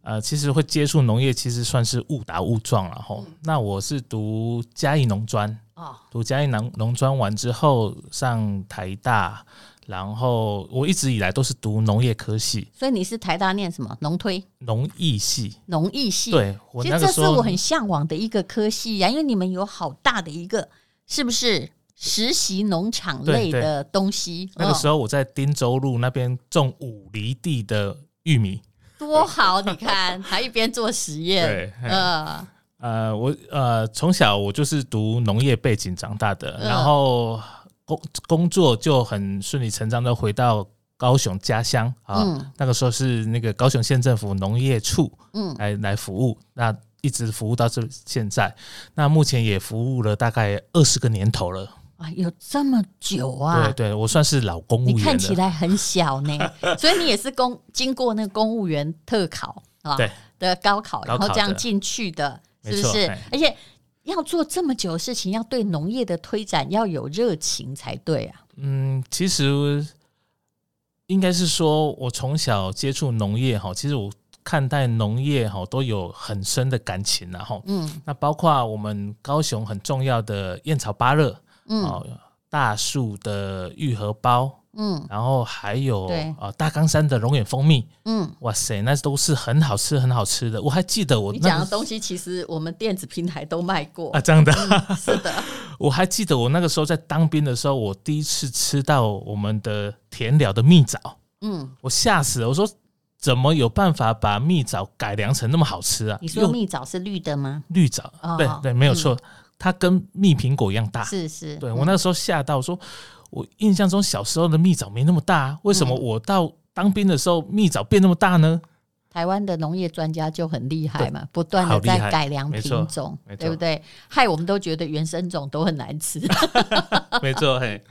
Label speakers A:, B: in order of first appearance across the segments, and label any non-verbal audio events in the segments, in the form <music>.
A: 呃，其实会接触农业，其实算是误打误撞了吼。
B: 嗯
A: 那我是读嘉义农专，
B: 哦，
A: 读嘉义农农专完之后上台大，然后我一直以来都是读农业科系、
B: 所以你是台大念什么农推
A: 农艺系。
B: 农艺系？，
A: 对我
B: 其
A: 那
B: 实
A: 个
B: 这
A: 时
B: 是
A: 候
B: 我很向往的一个科系呀、因为你们有好大的一个，是不是实习农场类
A: 对对
B: 的东西？哦
A: 那个时
B: 候、
A: 候我在汀州路那边种五厘地的玉米。
B: 多好，你
A: <laughs>
B: 看还一边做实验，
A: 对，嘿
B: 呃，
A: 呃，我呃从小我就是读农业背景长大的，
B: 嗯
A: 然后工工作就很顺理成章的回到高雄家乡啊。
B: 嗯
A: 那个时候是那个高雄县政府农业处
B: 嗯，
A: 来来服务，那一直服务到这现在。那目前也服务了大概二十个年头了。
B: 啊，有这么久啊
A: 对？对，我算是老公务员
B: 你
A: 了。
B: 看起来很小
A: <laughs>
B: 呢，所以你也是公经过那个公务员特考啊，
A: 对
B: 的高考，然后
A: 高考
B: 这样进去的，
A: 没
B: 是不
A: 错
B: 是
A: 哎？
B: 而且要做这么久的事情，要对农业的推展要有热情才对啊。
A: 嗯，其实应该是说，我从小接触农业哈，其实我看待农业哈都有很深的感情然后
B: 嗯
A: 那包括我们高雄很重要的燕草芭乐
B: 嗯
A: 哦，大树的玉荷包，
B: 嗯
A: 然后还有
B: 对
A: 呃大冈山的龙眼蜂蜜，
B: 嗯，
A: 哇塞，那都是很好吃很好吃的。我还记得我
B: 你
A: 那
B: 讲
A: 个
B: 的东西其实我们电子平台都卖过
A: <laughs> 啊，，这样的，
B: <laughs> 是的，
A: 我还记得我那个时候在当兵的时候，我第一次吃到我们的田寮的蜜枣。
B: 嗯。
A: 我吓死了！我说怎么有办法把蜜枣改良成那么好吃啊？
B: 你说
A: 用
B: 蜜枣是绿的吗？
A: 绿枣，
B: 哦
A: 对对，没有错，它跟蜜苹果一样大。
B: 是嗯是，
A: 啊对我那时候吓到，我说我印象中小时候的蜜枣没那么大啊，为什么
B: 嗯
A: 我到当兵的时候蜜枣变那么
B: <laughs>
A: 大呢？
B: 台湾的农业专家就很厉害嘛，不断的
A: 好厉害
B: 在改良品种
A: 没，错
B: 对不对？害我们都觉得原生种都很难
A: <laughs>
B: 吃。
A: 没错，嘿，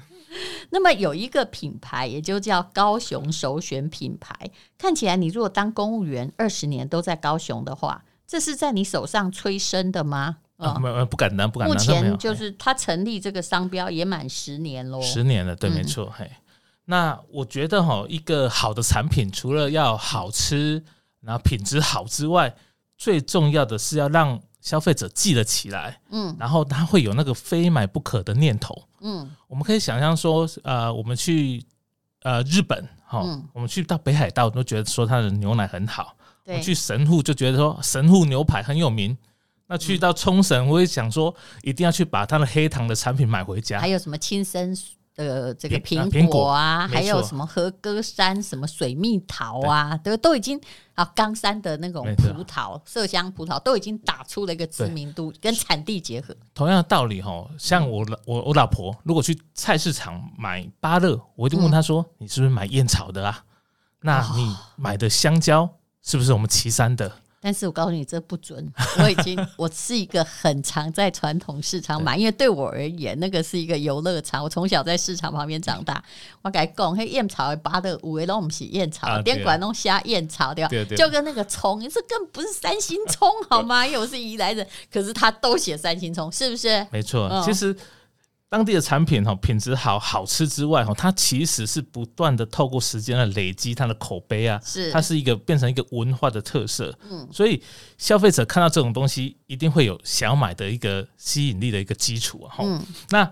B: 那么有一个品牌，也就叫高雄首选品牌。看起来你如果当公务员二十年都在高雄的话，这是在你手上催生的吗？
A: 啊
B: 嗯，
A: 没没不敢当，不敢
B: 目
A: 当，都没有
B: 前就是它成立这个商标也满十年喽
A: 嘿。十年了，对，
B: 嗯
A: 没错，嘿。那我觉得哈，一个好的产品除了要好吃，然后品质好之外，最重要的是要让消费者记得起来。
B: 嗯
A: 然后他会有那个非买不可的念头。
B: 嗯
A: 我们可以想象说，呃，我们去呃日本，哈、
B: 嗯
A: 我们去到北海道都觉得说它的牛奶很好，我
B: 对
A: 们去神户就觉得说神户牛排很有名。那
B: 嗯
A: 去到冲绳，我也想说一定要去把它的黑糖的产品买回家
B: 还。有什么亲生呃这个
A: 苹啊
B: 苹
A: 苹
B: 果
A: 果
B: 啊，
A: 没
B: 还有
A: 错
B: 什么和歌山什么水蜜桃啊，对，都已经啊冈山的那种
A: 没错
B: 葡萄麝香葡萄都已经打出了一个知名度，跟产地结合。
A: 同样的道理，哈，
B: 嗯
A: 像我老我我老婆如果去菜市场买芭乐，我就问她
B: 嗯
A: 说：“你
B: 哦
A: 是不是买燕草的啊？那你买的香蕉是不是我们岐山的？
B: 但是我告诉你，这不准。 <laughs> 我已经，我是一个很常在传统市场买，因为对我而言，那个是一个游乐场。我从小在市场旁边长大，我改讲，嘿，燕草拔的五味拢不是燕
A: 啊
B: 草，
A: 嗯对啊
B: 电管弄虾燕草对吧
A: 对？对
B: 就跟那个葱，这更不是三星葱好吗？因 <laughs> 为我是宜来人，可是他都写三星葱，是不是？
A: 没错，
B: 嗯
A: 其实当地的产品哈品质好好吃之外哈，哦它其实是不断的透过时间的累积它的口碑啊，
B: 是
A: 它是一个变成一个文化的特色。
B: 嗯，
A: 所以消费者看到这种东西，一定会有想要买的一个吸引力的一个基础啊。哈、
B: 嗯，
A: 那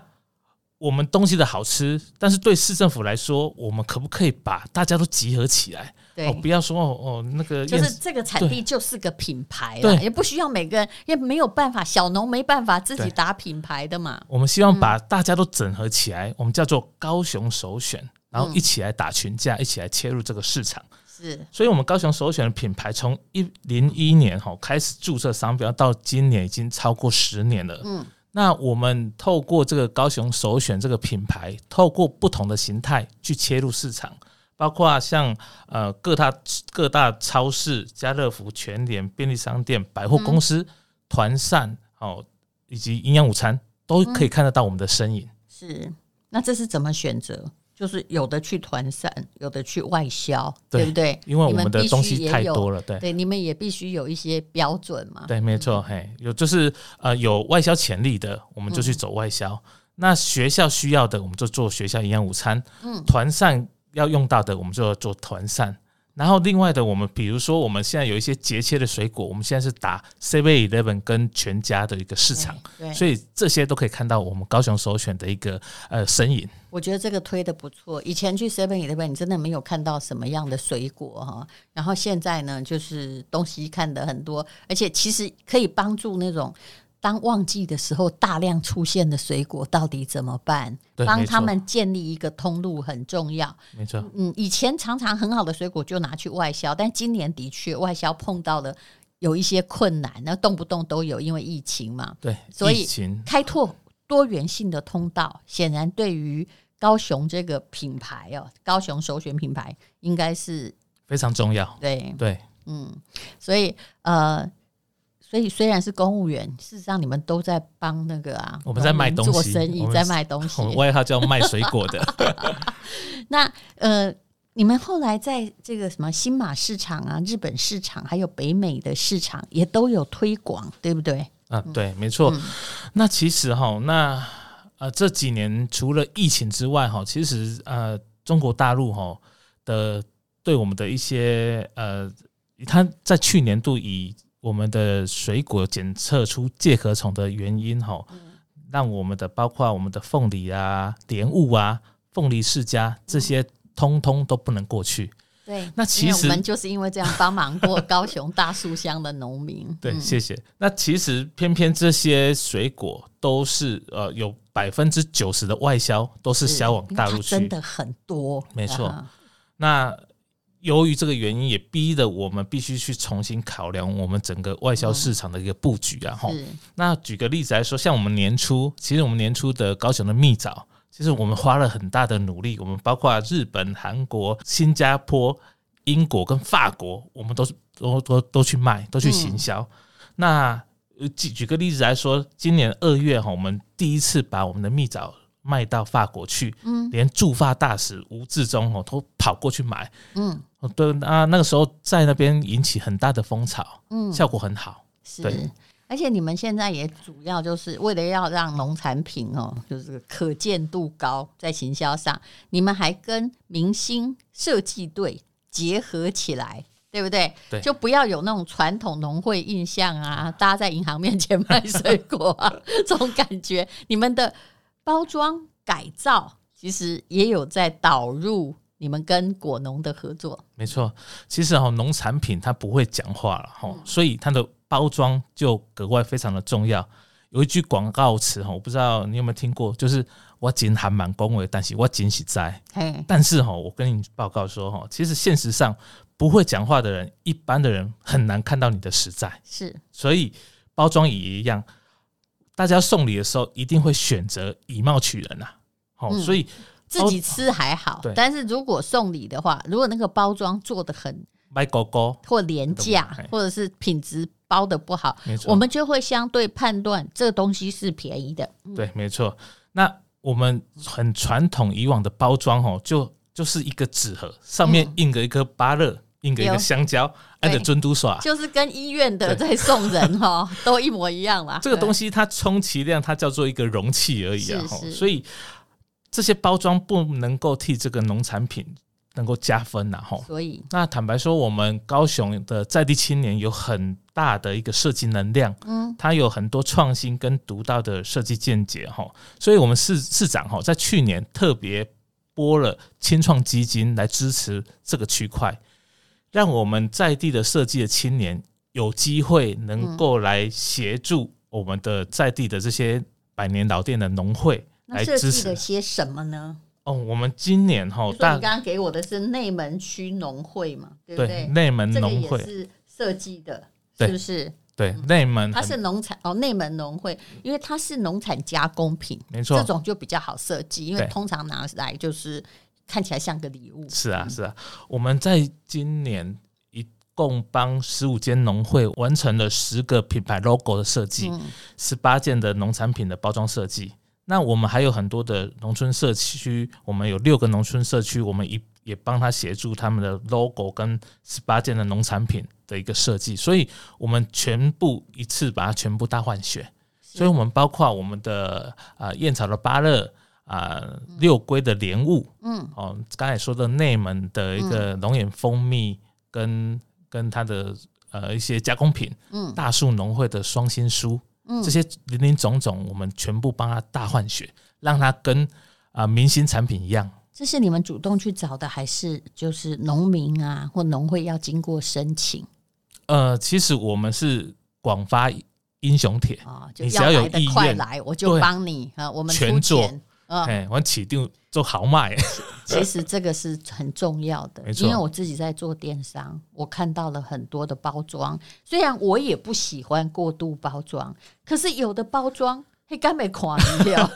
A: 我们东西的好吃，但是对市政府来说，我们可不可以把大家都集合起来？
B: 对。
A: 哦，不要说哦哦那个
B: 就
A: 燕
B: 是
A: 子
B: 这个产地就是个品牌了，
A: 对
B: 也不需要每个人，也没有办法，小农没办法自己
A: 对
B: 打品牌的嘛。
A: 我们希望把大家都整合起来，我们叫做高雄首选，然后一起来打群架，一起来切入这个市场。
B: 是，
A: 所以，我们高雄首选的品牌从一零一年哈开始注册商标，到今年已经超过十年了。
B: 嗯，
A: 那我们透过这个高雄首选这个品牌，透过不同的形态去切入市场，包括像呃各大各大超市、家乐福、全联、便利商店、百货公司、团、膳哦，以及营养午餐，都
B: 嗯
A: 可以看得到我们的身影。
B: 是，那这是怎么选择？就是有的去团散，有的去外销，
A: 对
B: 不对？
A: 因为我
B: 你
A: 们的
B: 必
A: 东
B: 须
A: 西
B: 也
A: 太
B: 有
A: 多了，对
B: 对，你们也必须有一些标准嘛。
A: 对，没
B: 嗯
A: 错，嘿，有就是呃有外销潜力的，我们就去走外
B: 嗯
A: 销。那学校需要的，我们就做学校营养午餐。
B: 嗯
A: 团膳要用到的，我们就要做团膳。然后另外的，我们比如说我们现在有一些节切的水果，我们现在是打 Seven Eleven 跟全家的一个市场，
B: 对，
A: 所以这些都可以看到我们高雄首选的一个呃身影。
B: 我觉得这个推的不错。以前去 Seven Eleven，你真的没有看到什么样的水果哈。然后现在呢，就是东西看的很多，而且其实可以帮助那种当旺季的时候大量出现的水果到底怎么办，
A: 对
B: 帮
A: 没错
B: 他们建立一个通路很重要。
A: 没错，
B: 嗯，以前常常很好的水果就拿去外销，但今年的确外销碰到了有一些困难，那动不动都有因为疫情嘛。
A: 对，
B: 所以
A: 疫情
B: 开拓多元性的通道，显然对于高雄这个品牌哦，高雄首选品牌应该是
A: 非常重要。
B: 对，
A: 对，
B: 嗯，所以呃，所以虽然是公务员，事实上你们都在帮那个啊，
A: 我们在卖
B: 农民
A: 东西
B: 做生
A: 我
B: 意
A: 们
B: 在卖东西
A: 我。们外号叫卖水果的。
B: 那呃，你们后来在这个什么新马市场啊、日本市场，还有北美的市场，也都有推广，对不对？
A: 啊，对，没错。那其实哈，那呃这几年除了疫情之外哈，其实呃中国大陆哈的对我们的一些呃，它在去年度以我们的水果检测出介壳虫的原因哈，让我们的包括我们的凤梨啊、莲雾啊、凤梨世家这些，通通都不能过去。
B: 对
A: 那其实
B: 我们就是因为这样帮忙过高雄大树乡的农民。
A: 对，
B: 嗯
A: 谢谢。那其实偏偏这些水果都是呃有百分之九十的外销都是销往大
B: 因
A: 陆
B: 为它
A: 去
B: 真，的很多，
A: 没错
B: 啊
A: 那由于这个原因，也逼得我们必须去重新考量我们整个外
B: 嗯
A: 销市场的一个布局啊。哈、
B: 是
A: 那举个例子来说，像我们年初，其实我们年初的高雄的蜜枣，其实我们花了很大的努力，我们包括日本、韩国、新加坡、英国跟法国，我们都是都都都去卖，都去
B: 嗯
A: 行销。那呃举举个例子来说，今年二月哈，我们第一次把我们的蜜枣卖到法国去，
B: 嗯
A: 连驻法大使吴志忠哦都跑过去买。
B: 嗯
A: 哦，对，那那个时候在那边引起很大的风潮，
B: 嗯，
A: 效果很好。
B: 是
A: 对。
B: 而且你们现在也主要就是为了要让农产品哦，就是可见度高，在行销上，你们还跟明星设计队结合起来，对不对？
A: 对
B: 就不要有那种传统农会印象啊， <laughs> 大家在银行面前卖水果啊，这种感觉。你们的包装改造其实也有在导入你们跟果农的合作，
A: 没错，其实哈、农产品它不会讲话了哈、所以它的包装就格外非常的重要。有一句广告词哈、我不知道你有没有听过，就是“我仅含满恭维，但是我仅喜在”。
B: 嘿，
A: 但是哈、我跟你报告说哈、其实现实上不会讲话的人，一般的人很难看到你的实在，
B: 是
A: 所以包装也一样。大家送礼的时候一定会选择以貌取人啊，好、
B: 嗯
A: 所以
B: 自己吃还好，
A: 哦对
B: 但是如果送礼的话，如果那个包装做的很
A: 卖狗狗，
B: 或廉价
A: 哎，
B: 或者是品质包的不好，
A: 没错，
B: 我们就会相对判断这东西是便宜的。
A: 对，没错。那我们很传统以往的包装哦，就就是一个纸盒，上面
B: 嗯
A: 印个一颗芭乐，印个一
B: 有
A: 个香蕉，按个
B: 对
A: 珍珠耍。
B: 就是跟医院的在送
A: <laughs>
B: 人哈，都一模一样啦。
A: 这个东
B: 西
A: 西它充其量它叫做一个容器而已啊，
B: 是
A: 吼
B: 是
A: 所以这些包装不能够替这个农产品能够加分呐、吼。
B: 所以
A: 那坦白说，我们高雄的在地青年有很大的一个设计能量，
B: 嗯，
A: 它有很多创新跟独到的设计见解哈。所以，我们市市长哈在去年特别拨了青创基金来支持这个区块，让我们在地的设计的青年有机会
B: 嗯
A: 能够来协助我们的在地的这些百年老店的农会
B: 那
A: 来
B: 设
A: 支
B: 计了
A: 持。
B: 些什么呢？
A: 哦，我们今年
B: 比
A: 哈
B: 如说
A: 大
B: 你刚刚给我的是内门区农会嘛，对不对？
A: 嗯内门
B: 这个
A: 农
B: 也
A: 会
B: 是嗯设计的，
A: 对
B: 是不是？
A: 对内门
B: 它
A: 很
B: 是农产哦，内门农会，因为它是农产加工品，
A: 没错
B: 这种就比较好设计，因为
A: 对
B: 通常拿来就是看起来像个礼物。
A: 是啊，是啊，我们在今年一共帮十五间农会完成了十个品牌 logo 的设计，
B: 嗯
A: 十八件的农产品的包装设计。那我们还有很多的农村社区，我们有六个农村社区，我们一也帮他协助他们的 logo 跟十八件的农产品的一个设计，所以我们全部一次把它全部大换血。所以我们包括我们的啊、呃燕草的芭乐啊、六龟的莲雾，
B: 嗯，
A: 哦，刚才说的内蒙的一个龙眼蜂蜜跟、跟它的呃一些加工品，
B: 嗯
A: 大树农会的双心酥，
B: 嗯
A: 这些林林总总，我们全部帮它大换血，让它跟啊、明星产品一样。
B: 这是你们主动去找的，还是就是农民啊或农会要经过申请
A: 呃，其实我们是广发英雄帖，
B: 啊？就
A: 你只要有
B: 来的
A: 意
B: 快
A: 愿
B: 来，我就
A: 对
B: 帮你啊，我们
A: 全
B: 出
A: 做
B: 钱啊。
A: 哎、我起定做豪迈， <laughs>
B: 其实这个是很重要的
A: 没，错
B: 因为我自己在做电商，我看到了很多的包装。虽然我也不喜欢过度包装，可是有的包装嘿，干没垮掉，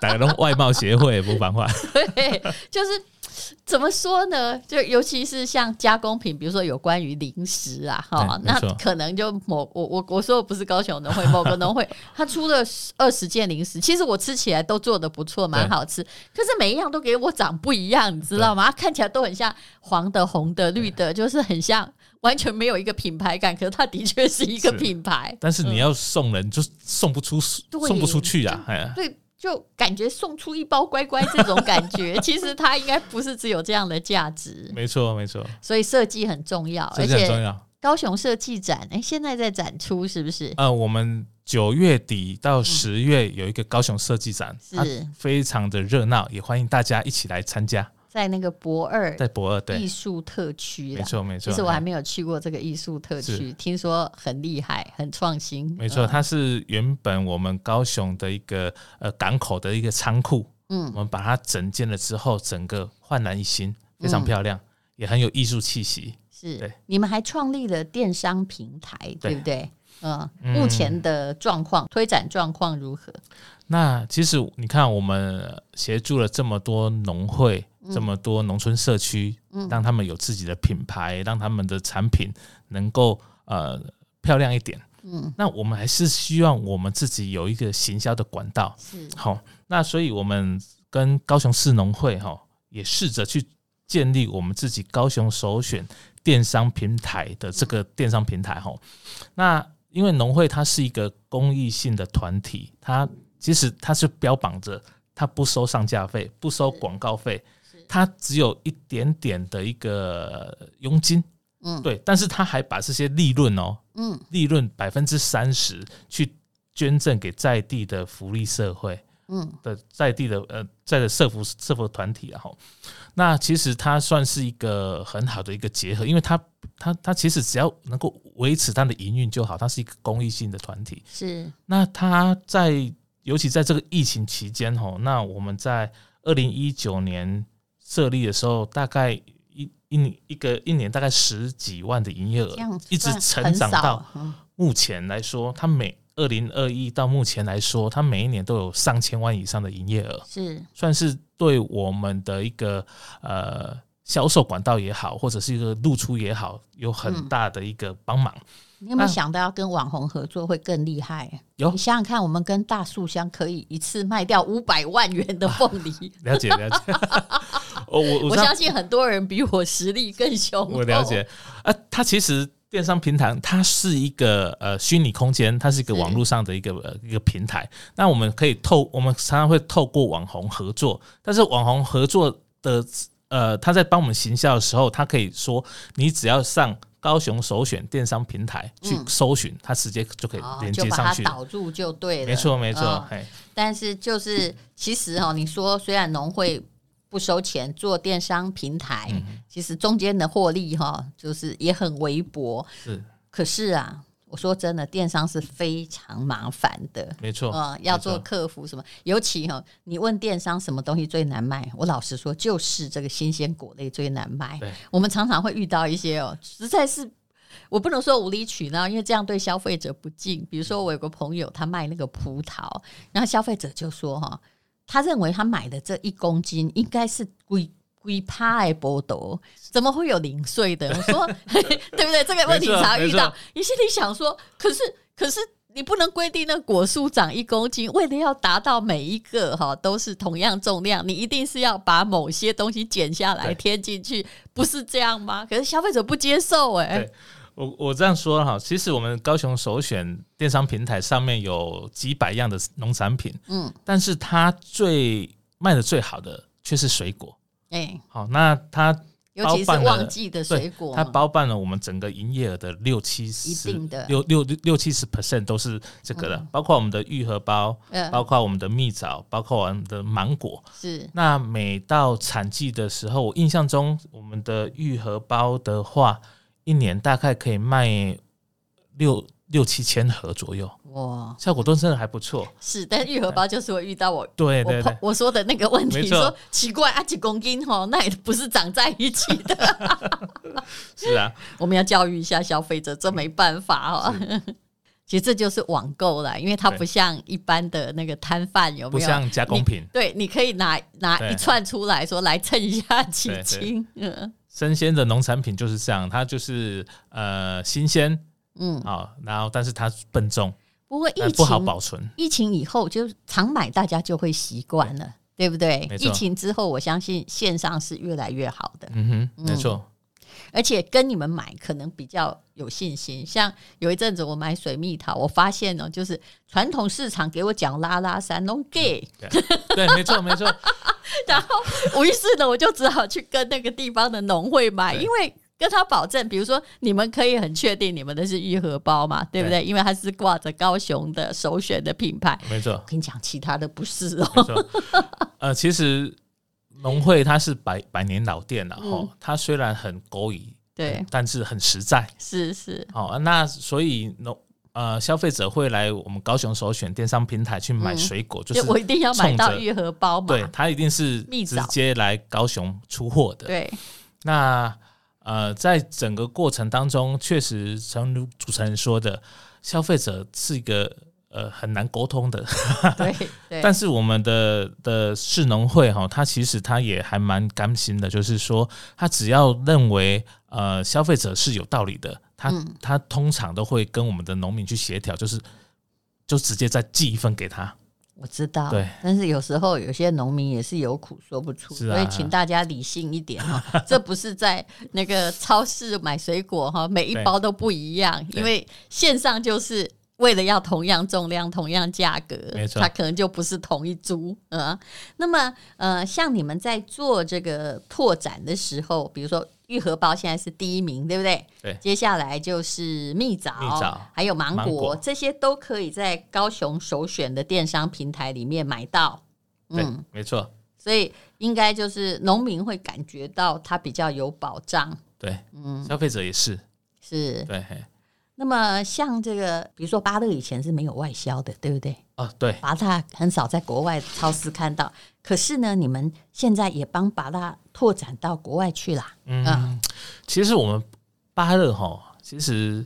A: 打龙外贸协会不
B: <laughs>
A: 反话，
B: 对， <laughs> 就是怎么说呢？就尤其是像加工品，比如说有关于零食啊，哈，
A: 哎对没
B: 那
A: 错
B: 可能就某我我我说的不是高雄农会，某个农会他出了二十件零食，其实我吃起来都做的不错，蛮
A: 对
B: 好吃，可是每一样都给我长不一样，你知道吗？它看起来都很像黄的、红的、绿的，就是很像。完全没有一个品牌感，可是它的确是一个
A: 是
B: 品牌，
A: 但是你要送人就送不出，
B: 对
A: 送不出去啊，哎呀、
B: 嗯对，就感觉送出一包乖乖这种感
A: <laughs>
B: 觉，其实它应该不是只有这样的价值。
A: 没错没错，
B: 所以设计很重要，
A: 这
B: 而
A: 是很重
B: 且
A: 要。
B: 高雄设计展，哎、现在在展出是不是？
A: 呃，我们九月底到十月有一个高雄设计展，
B: 嗯是
A: 它非常的热闹，也欢迎大家一起来参加，
B: 在那个博二
A: 在博二
B: 艺
A: 对，
B: 术特区
A: 没
B: 啦。
A: 错没错，哎
B: 其实我还没有去过这个艺术特区，
A: 是
B: 听说很厉害，很创新。嗯
A: 没错，它是原本我们高雄的一个呃港口的一个仓库，
B: 嗯
A: 我，们把它整建了之后，整个焕然一新，非常
B: 嗯
A: 漂亮，也很有艺术气息。
B: 是
A: 对。
B: 你们还创立了电商平台，对
A: 对
B: 不对？嗯，
A: 嗯
B: 目前的状况、推展状况如何？
A: 那其实你看，我们协助了这么多农会，
B: 嗯
A: 这么多农村社区，让他们有自己的品牌，让他们的产品能够呃漂亮一点。
B: 嗯，
A: 那我们还是希望我们自己有一个行销的管道。
B: 是
A: 好，那所以我们跟高雄市农会哈、也试着去建立我们自己高雄首选电商平台的这个电商平台哈、那因为农会它是一个公益性的团体，它其实它是标榜着它不收上架费，不收广告费
B: 是，
A: 它只有一点点的一个佣金。
B: 嗯
A: 对，但是它还把这些利润哦，
B: 嗯，
A: 利润百分之三十去捐赠给在地的福利社会，
B: 嗯
A: 的在地的呃在的社服社服团体啊哈。那其实它算是一个很好的一个结合，因为它它它其实只要能够维持它的营运就好，它是一个公益性的团体。
B: 是
A: 那它在尤其在这个疫情期间吼，那我们在二零一九年设立的时候，大概一一一个一年大概十几万的营业额
B: 这样，，
A: 呃一直
B: 算
A: 成
B: 很
A: 长
B: 少
A: 到
B: 嗯
A: 目前来说，它每二零二一到目前来说，它每一年都有上千万以上的营业额，
B: 是
A: 算是对我们的一个呃销售管道也好，或者是一个露出也好，有
B: 嗯
A: 很大的一个帮忙。
B: 你有没有
A: 啊
B: 想到要跟网红合作会更厉害？
A: 有
B: 你想想看，我们跟大树香可以一次卖掉五百万元
A: 啊
B: 的凤梨，
A: 了解了
B: <laughs>
A: 解，我我
B: 我
A: 知道
B: 相信很多人比我实力更雄厚。
A: 我了解，
B: 哦
A: 啊，它其实电商平台它是一个呃虚拟空间，它是一个
B: 是
A: 网络上的一个呃一个平台。那我们可以透，我们常常会透过网红合作，但是网红合作的呃，他在帮我们行销的时候，他可以说你只要上。高雄首选电商平台去
B: 嗯
A: 搜寻，它直接就可以
B: 哦，
A: 连
B: 就
A: 接
B: 把
A: 上
B: 它
A: 去。
B: 导入就对了。
A: 没错，没错
B: 嗯，
A: 嘿，
B: 但是就是其实哦，你说虽然农会不收钱做电商平台，
A: 嗯
B: 其实中间的获利哈、就是也很微薄。
A: 是
B: 可是啊，我说真的，电商是非常麻烦的。
A: 没错。
B: 嗯，要
A: 没错
B: 做客服什么，尤其哈、你问电商什么东西最难卖，我老实说，就是这个新鲜果类最难卖
A: 对。
B: 我们常常会遇到一些哦，实在是我不能说无理取闹，因为这样对消费者不敬。比如说，我有个朋友他卖那个葡萄，然后消费者就说哈、他认为他买的这一公斤应该是龟龟趴的波豆，怎么会有零碎的？我
A: <laughs>
B: 说 <laughs> 对不对？这个问题
A: 没错
B: 常遇
A: 没
B: 到
A: 错，
B: 你心里想说，可是可是。你不能规定那果树长一公斤，为了要达到每一个哈都是同样重量，你一定是要把某些东西剪下来
A: 对
B: 添进去，不是这样吗？可是消费者不接受哎、
A: 对我我这样说哈，其实我们高雄首选电商平台上面有几百样的农产品，
B: 嗯，
A: 但是它最卖的最好的却是水果。
B: 哎、
A: 好，那它
B: 尤其是
A: 包办了
B: 旺季的水果
A: 对
B: 嘛，
A: 它包办了我们整个营业额的六七
B: 一
A: 十
B: 定的，
A: 六六六七十 percent 都是这个的，包括我们的愈合包，
B: 嗯
A: 包括我们的蜜枣，包括我们的芒果，
B: 是
A: 那每到产季的时候，我印象中我们的愈合包的话，一年大概可以卖六六七千盒左右，
B: 哇，
A: 效果都真的还不错。
B: 是，但愈合包就是会遇到我。
A: 对
B: 我
A: 对
B: 碰
A: 对，
B: 我说的那个问题，
A: 没错
B: 说奇怪啊，几公斤哦， <laughs> 那也不是长在一起的。
A: 是啊，
B: 我们要教育一下消费者，这没办法哦。 <laughs> 其实这就是网购啦，因为它
A: 对
B: 不像一般的那个摊贩，有
A: <laughs> 不
B: 没有？
A: 像加工品，
B: 对，你可以拿拿
A: 对
B: 一串出来说来称一下几
A: 对对
B: 斤。嗯
A: 生鲜的农产品就是这样，它就是呃新鲜
B: 嗯，
A: 啊、然后但是它笨重，
B: 不过疫
A: 但哎不好
B: 情
A: 保存。
B: 疫情以后，就是常买大家就会习惯了，对不对
A: 没？错
B: 疫情之后，我相信线上是越来越好的，
A: 嗯哼，没错，
B: 而且跟你们买可能比较有信心。像有一阵子我买水蜜桃，我发现呢、就是传统市场给我讲拉拉山拢 gay，
A: 嗯对，没错，没错，
B: <laughs> 然后于是呢，我就只好去跟那个地方的农会买，
A: 对
B: 因为。跟他保证，比如说你们可以很确定你们的是愈合包嘛，对不对？因为它是挂着高雄的首选的品牌。
A: 没错
B: 我，跟你讲，其他的不是哦。
A: 没错，呃，其实农会它是百百年老店了哈、吼它虽然很勾引，
B: 嗯对，
A: 但是很实在。
B: 是是，
A: 好、那所以农呃消费者会来我们高雄首选电商平台去买水果，就
B: 就是嗯我一定要买
A: 冲
B: 到
A: 着
B: 愈合包嘛。
A: 对他一定是
B: 蜜
A: 直
B: 枣
A: 接来高雄出货的。
B: 对
A: 那呃，在整个过程当中，确实诚如主持人说的，消费者是一个呃很难沟通的。
B: 对
A: <laughs>
B: 对，
A: 但是我们的的市农会哈，它其实它也还蛮甘心的，就是说，它只要认为呃消费者是有道理的，它
B: 嗯
A: 它通常都会跟我们的农民去协调，就是就直接再寄一份给他。
B: 我知道。
A: 对，
B: 但是有时候有些农民也是有苦说不出，
A: 是
B: 所
A: 啊
B: 以请大家理性一点哈、 <laughs> 这不是在那个超市买水果哈、每一
A: 对
B: 包都不一样，因
A: 对
B: 为线上就是。为了要同样重量、同样价格
A: 没，错
B: 它可能就不是同一株啊、呃那么，呃，像你们在做这个拓展的时候，比如说玉荷包现在是第一名，对不对？
A: 对
B: 接下来就是蜜枣，
A: 蜜枣
B: 还有芒果，
A: 芒果
B: 这些都可以在高雄首选的电商平台里面买到。
A: 对，
B: 嗯，
A: 没错，
B: 所以应该就是农民会感觉到它比较有保障。
A: 对，
B: 嗯
A: 消费者也是
B: 是，
A: 对嘿
B: 那么像这个，比如说巴乐以前是没有外销的，对不对？
A: 哦，对，
B: 拔蜡很少在国外超市看到，可是呢，你们现在也帮拔蜡拓展到国外去啦。嗯
A: 嗯，其实我们巴乐哈，其实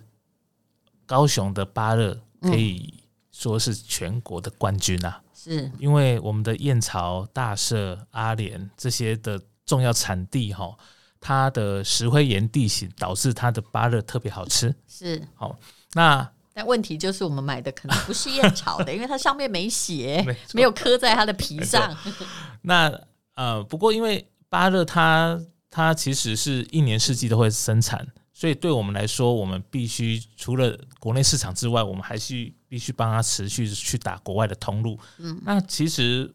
A: 高雄的巴乐
B: 嗯
A: 可以说是全国的冠军啊。
B: 是，
A: 因为我们的燕巢、大社、阿联这些的重要产地哈，它的石灰岩地形导致它的芭乐特别好吃。
B: 是，
A: 那
B: 但问题就是我们买的可能不是燕巢
A: <laughs>
B: 的，因为它上面没写，
A: 没
B: 没有刻在它的皮上。
A: 那呃，不过因为芭乐它它其实是一年四季都会生产，所以对我们来说，我们必须除了国内市场之外，我们还是必须帮它持续去打国外的通路。嗯，那其实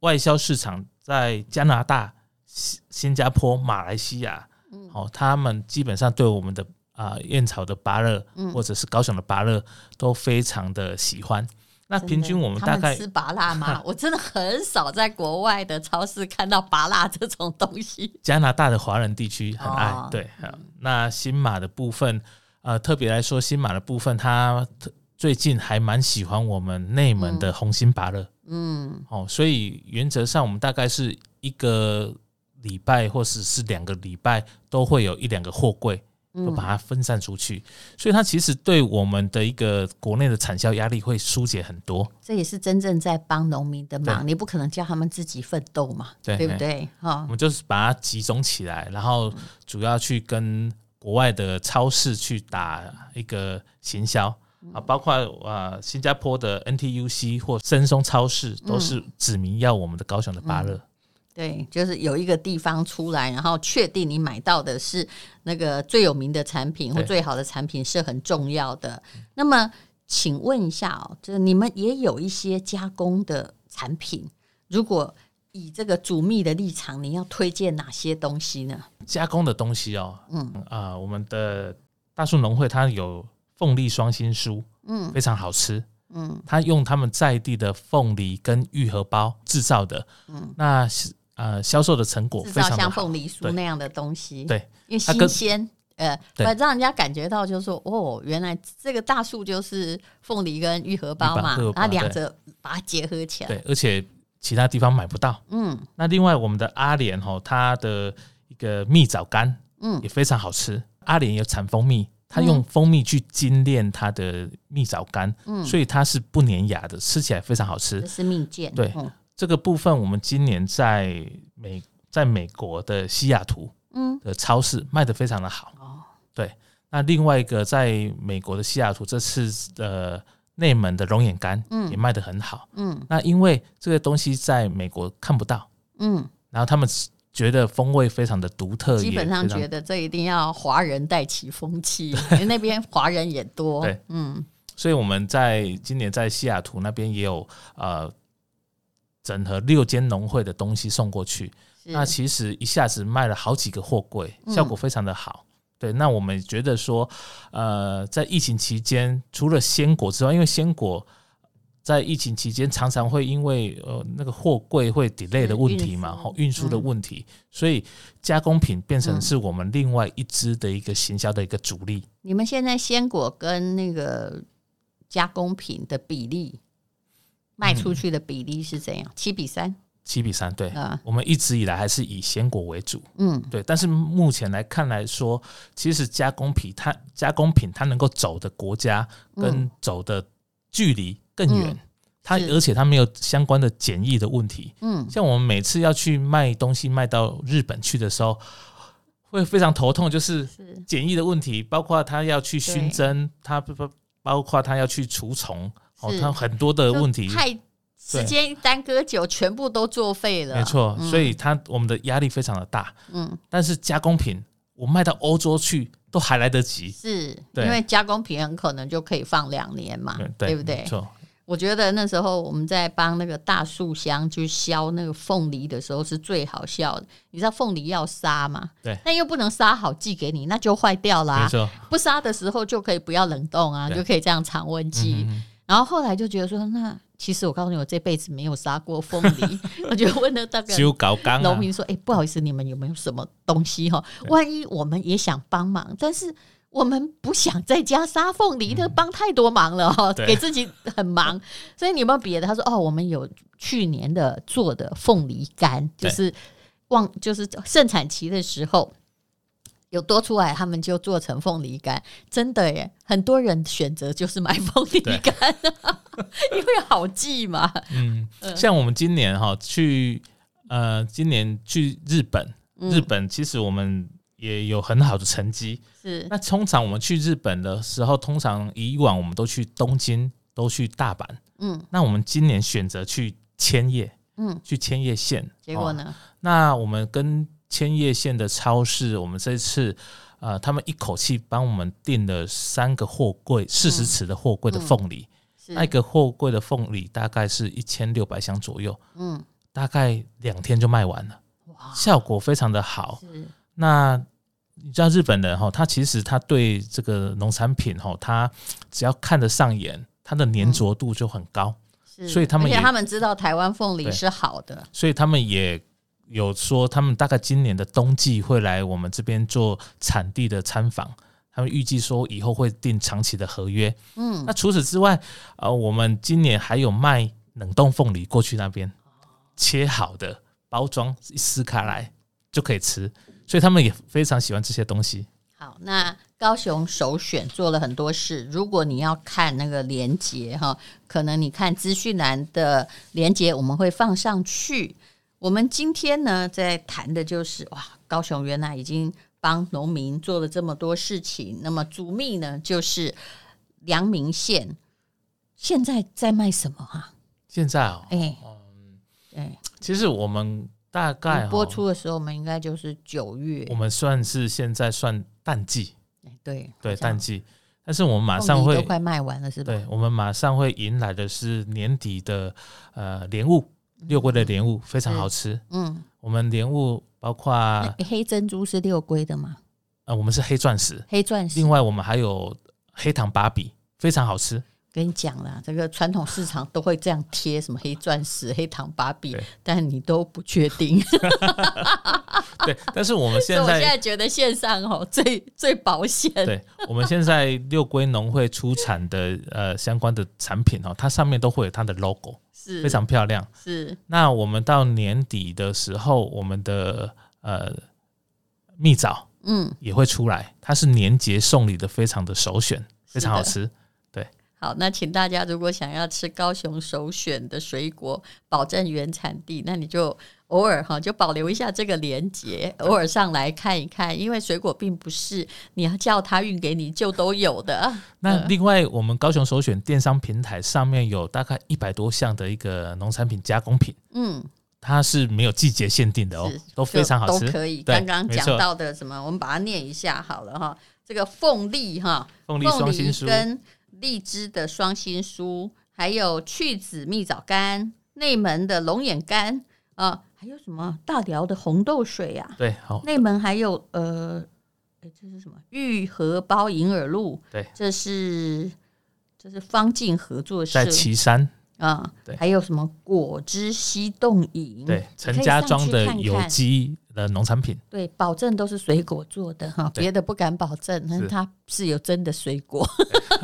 A: 外销市场在加拿大、新新加坡、马来西亚，
B: 嗯
A: 哦，他们基本上对我们的。啊、燕巢的芭乐，
B: 嗯
A: 或者是高雄的芭乐，都非常的喜欢。那
B: 真的
A: 平均我们
B: 他
A: 大概
B: 吃拔辣
A: <laughs>
B: 吗？我真的很少在国外的超市看到拔辣这种东西。
A: 加拿大的华人地区很爱，
B: 哦
A: 对。呃那新马的部分，呃，特别来说，新马的部分，他特最近还蛮喜欢我们内蒙的红心芭乐、
B: 嗯，
A: 哦，所以原则上我们大概是一个礼拜或者是两个礼拜都会有一两个货柜。
B: 嗯
A: 就把它分散出去，所以它其实对我们的一个国内的产销压力会疏解很多。
B: 这也是真正在帮农民的忙，
A: 对
B: 你不可能叫他们自己奋斗嘛，
A: 对
B: 不对？哈、
A: 我们就是把它集中起来，然后主要去跟国外的超市去打一个行销
B: 嗯
A: 啊，包括啊、呃新加坡的 NTUC 或深松超市
B: 嗯
A: 都是指明要我们的高雄的芭乐。
B: 对，就是有一个地方出来，然后确定你买到的是那个最有名的产品或
A: 对
B: 最好的产品是很重要的。那么，请问一下哦，就是你们也有一些加工的产品，如果以这个主秘的立场，你要推荐哪些东西呢？
A: 加工的东西哦，
B: 嗯
A: 嗯啊、我们的大树农会它有凤梨双心酥，
B: 嗯
A: 嗯，非常好吃，
B: 嗯
A: 嗯，它用他们在地的凤梨跟玉荷包制造的，嗯，那是呃销售的成果
B: 制造
A: 非常的
B: 像
A: 好，
B: 凤梨酥
A: 对
B: 那样的东西，
A: 对，
B: 因为
A: 它跟
B: 新鲜，呃，不
A: 对
B: 让人家感觉到就是说，哦，原来这个大树就是凤梨跟玉荷包嘛
A: 玉荷，包
B: 然后两
A: 对
B: 者把它结合起来，
A: 对，而且其他地方买不到，
B: 嗯
A: 那另外我们的阿莲吼，它的一个蜜枣干，
B: 嗯
A: 也非常好吃。阿莲有产蜂蜜，它用蜂蜜去精炼它的蜜枣干，
B: 嗯，
A: 所以它是不粘牙的，吃起来非常好吃
B: 这。是蜜饯，
A: 对
B: 嗯
A: 这个部分我们今年在美在美国的西雅图
B: 嗯，
A: 的超市卖的非常的好。
B: 哦，
A: 那另外一个在美国的西雅图，这次的内蒙的龙眼干
B: 嗯
A: 也卖得很好。
B: 嗯
A: 那因为这个东西在美国看不到，
B: 嗯，
A: 然后他们觉得风味非常的独特，
B: 基本上
A: 也非常
B: 觉得这一定要华人带起风气， <laughs> 因为那边华人也多，
A: 对
B: 嗯
A: 所以我们在今年在西雅图那边也有呃整合六间农会的东西送过去，
B: 是
A: 那其实一下子卖了好几个货柜，
B: 嗯
A: 效果非常的好。对，那我们觉得说，呃，在疫情期间，除了鲜果之外，因为鲜果在疫情期间常常会因为呃那个货柜会 delay 的问题嘛，
B: 运输
A: 吼运输嗯的问题，所以加工品变成是我们另外一支的一个行销的一个主力。
B: 你们现在鲜果跟那个加工品的比例，卖
A: 嗯
B: 出去的比例是怎样？七比三
A: 七比三，对，
B: 啊，
A: 我们一直以来还是以鲜果为主，
B: 嗯
A: 对。但是目前来看来说，其实加工品它加工品它能够走的国家跟走的距离更远，
B: 嗯
A: 它
B: 是
A: 而且它没有相关的检疫的问题。
B: 嗯，
A: 像我们每次要去卖东西卖到日本去的时候，会非常头痛，就是
B: 是
A: 检疫的问题，包括他要去熏
B: 对
A: 蒸，他包包括他要去除虫，哦
B: 是，
A: 他很多的问题
B: 就。太时间耽搁久，全部都作废了，
A: 没错，
B: 嗯
A: 所以它我们的压力非常的大。
B: 嗯
A: 但是加工品我卖到欧洲去都还来得及。
B: 是
A: 对
B: 因为加工品很可能就可以放两年嘛，
A: 嗯
B: 啊对不
A: 没
B: 对？
A: 错，
B: 我觉得那时候我们在帮那个大树香去削那个凤梨的时候是最好笑的。你知道凤梨要杀吗？
A: 对
B: 但又不能杀好寄给你，那就坏掉啦、
A: 没错，
B: 不杀的时候就可以不要冷冻啊，
A: 对
B: 就可以这样常温机。
A: 嗯，
B: 然后后来就觉得说，那其实我告诉你，我这辈子没有杀过凤梨。
A: <laughs>
B: 我就问了大概
A: 只有搞干
B: 农
A: 啊，
B: 民说：“哎、不好意思，你们有没有什么东西哈？万一我们也想帮忙，但是我们不想在家杀凤梨，那帮太多忙了哈，
A: 对
B: 给自己很
A: <laughs>
B: 忙。所以你有没有别的？”他说：“哦，我们有去年的做的凤梨干，就
A: 对
B: 是旺，就是盛产期的时候。”有多出来，他们就做成凤梨干，真的耶！很多人选择就是买凤梨
A: 对
B: 干、啊 <laughs> 因为好记嘛。
A: 嗯，像我们今
B: 嗯
A: 年哈去呃，今年去日本，日本其实我们也有很好的成绩。
B: 是
A: 那通常我们去日本的时候，通常以往我们都去东京，都去大阪。
B: 嗯
A: 那我们今年选择去千叶，
B: 嗯，
A: 去千叶县。
B: 结果
A: 哦
B: 呢？
A: 那我们跟千叶县的超市，我们这次呃，他们一口气帮我们订了三个货柜，四十尺的货柜的凤梨，
B: 嗯是
A: 那一个货柜的凤梨大概是一千六百箱左右，
B: 嗯
A: 大概两天就卖完了，
B: 哇
A: 效果非常的好。
B: 是
A: 那你知道日本人哈，他其实他对这个农产品哈，他只要看得上眼，他的粘着度就很高。
B: 是，
A: 所以他们
B: 而且
A: 也
B: 他们知道台湾凤梨
A: 对
B: 是好的，
A: 所以他们也有说，他们大概今年的冬季会来我们这边做产地的参访。他们预计说以后会定长期的合约。
B: 嗯
A: 那除此之外，呃，我们今年还有卖冷冻凤梨过去那边切好的，包装一撕开来就可以吃，所以他们也非常喜欢这些东西。
B: 好，那高雄首选做了很多事。如果你要看那个连接哈，可能你看资讯栏的连接，我们会放上去。我们今天呢，在谈的就是哇，高雄原来已经帮农民做了这么多事情。那么主秘呢，就是良民县，现在在卖什么哈、
A: 现在哦，
B: 哎
A: 嗯，
B: 哎，
A: 其实我们大概、
B: 你
A: 哦、
B: 播出的时候，我们应该就是九月
A: 我，们算是现在算淡季，
B: 哎对
A: 对
B: 好像
A: 淡季，但是我们马上
B: 凤梨
A: 会
B: 都快卖完了，是吧？
A: 对，我们马上会迎来的是年底的呃莲雾，六龟的莲雾非常好吃。
B: 嗯，
A: 我们莲雾
B: <laughs>
A: 包括
B: 那黑珍珠是六龟的吗？
A: 呃，我们是黑钻石，
B: 黑钻石
A: 另。外我们还有黑糖芭比，非常
B: <laughs>
A: 好吃。
B: 跟你讲啦，这个传统市场都会这样贴什么黑钻石、黑糖芭比
A: 对，
B: 但你都不确定。所
A: 对，但是我们
B: 以
A: <laughs> 现
B: 我现在
A: 在。
B: 觉得线上哦最最保险。
A: 对，我们现在六龟农会出产的呃相关的产品哦，它上面都会有它的 logo，
B: 是
A: 非常漂亮。
B: 是
A: 那我们到年底的时候，我们的呃蜜枣
B: 嗯
A: 也会出来，它是年节送礼的非常的首选，非常好
B: 嗯
A: 吃。
B: 好，那请大家如果想要吃高雄首选的水果，保证原产地，那你就偶尔哈就保留一下这个连接，偶尔上来看一看，因为水果并不是你要叫他运给你就都有的。
A: 那另外，我们高雄首选电商平台上面有大概一百多项的一个农产品加工品，
B: 嗯。
A: 它是没有季节限定的哦
B: 是，
A: 都非常好
B: 就
A: 吃。
B: 都可以。
A: 对
B: 刚刚
A: 没
B: 讲
A: 错
B: 到的什么，我们把它念一下好了哈。这个凤梨哈，凤
A: 凤梨双心酥，
B: 跟荔枝的双心酥，还有去籽蜜枣干、内门的龙眼干啊、还有什么大寮的红豆水呀、
A: 对，好，
B: 内门还有呃，诶这是什么？玉荷包银耳露，
A: 对，
B: 这是这是方静合作社
A: 在岐山，
B: 啊、
A: 对
B: 还有什么果汁西冻饮？
A: 对，陈
B: 可以
A: 家
B: 上
A: 庄
B: 去
A: 的
B: 看
A: 有
B: 看
A: 机的农产品，
B: 对，保证都是水果做的哈，
A: 对
B: 别的不敢保证，但是
A: 是
B: 它是有真的水果。 <laughs>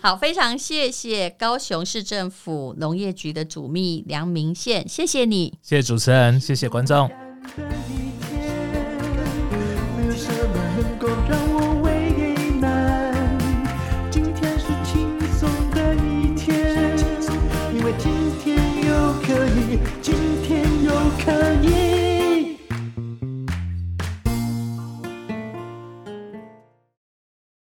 B: 好，非常谢谢高雄市政府农业局的主秘梁明宪，谢谢你。
A: 谢谢主持人，谢谢观众。
C: 的一天，没有什么能够让我为难。今天是轻松的一天，因为今天又可以，今天又可以。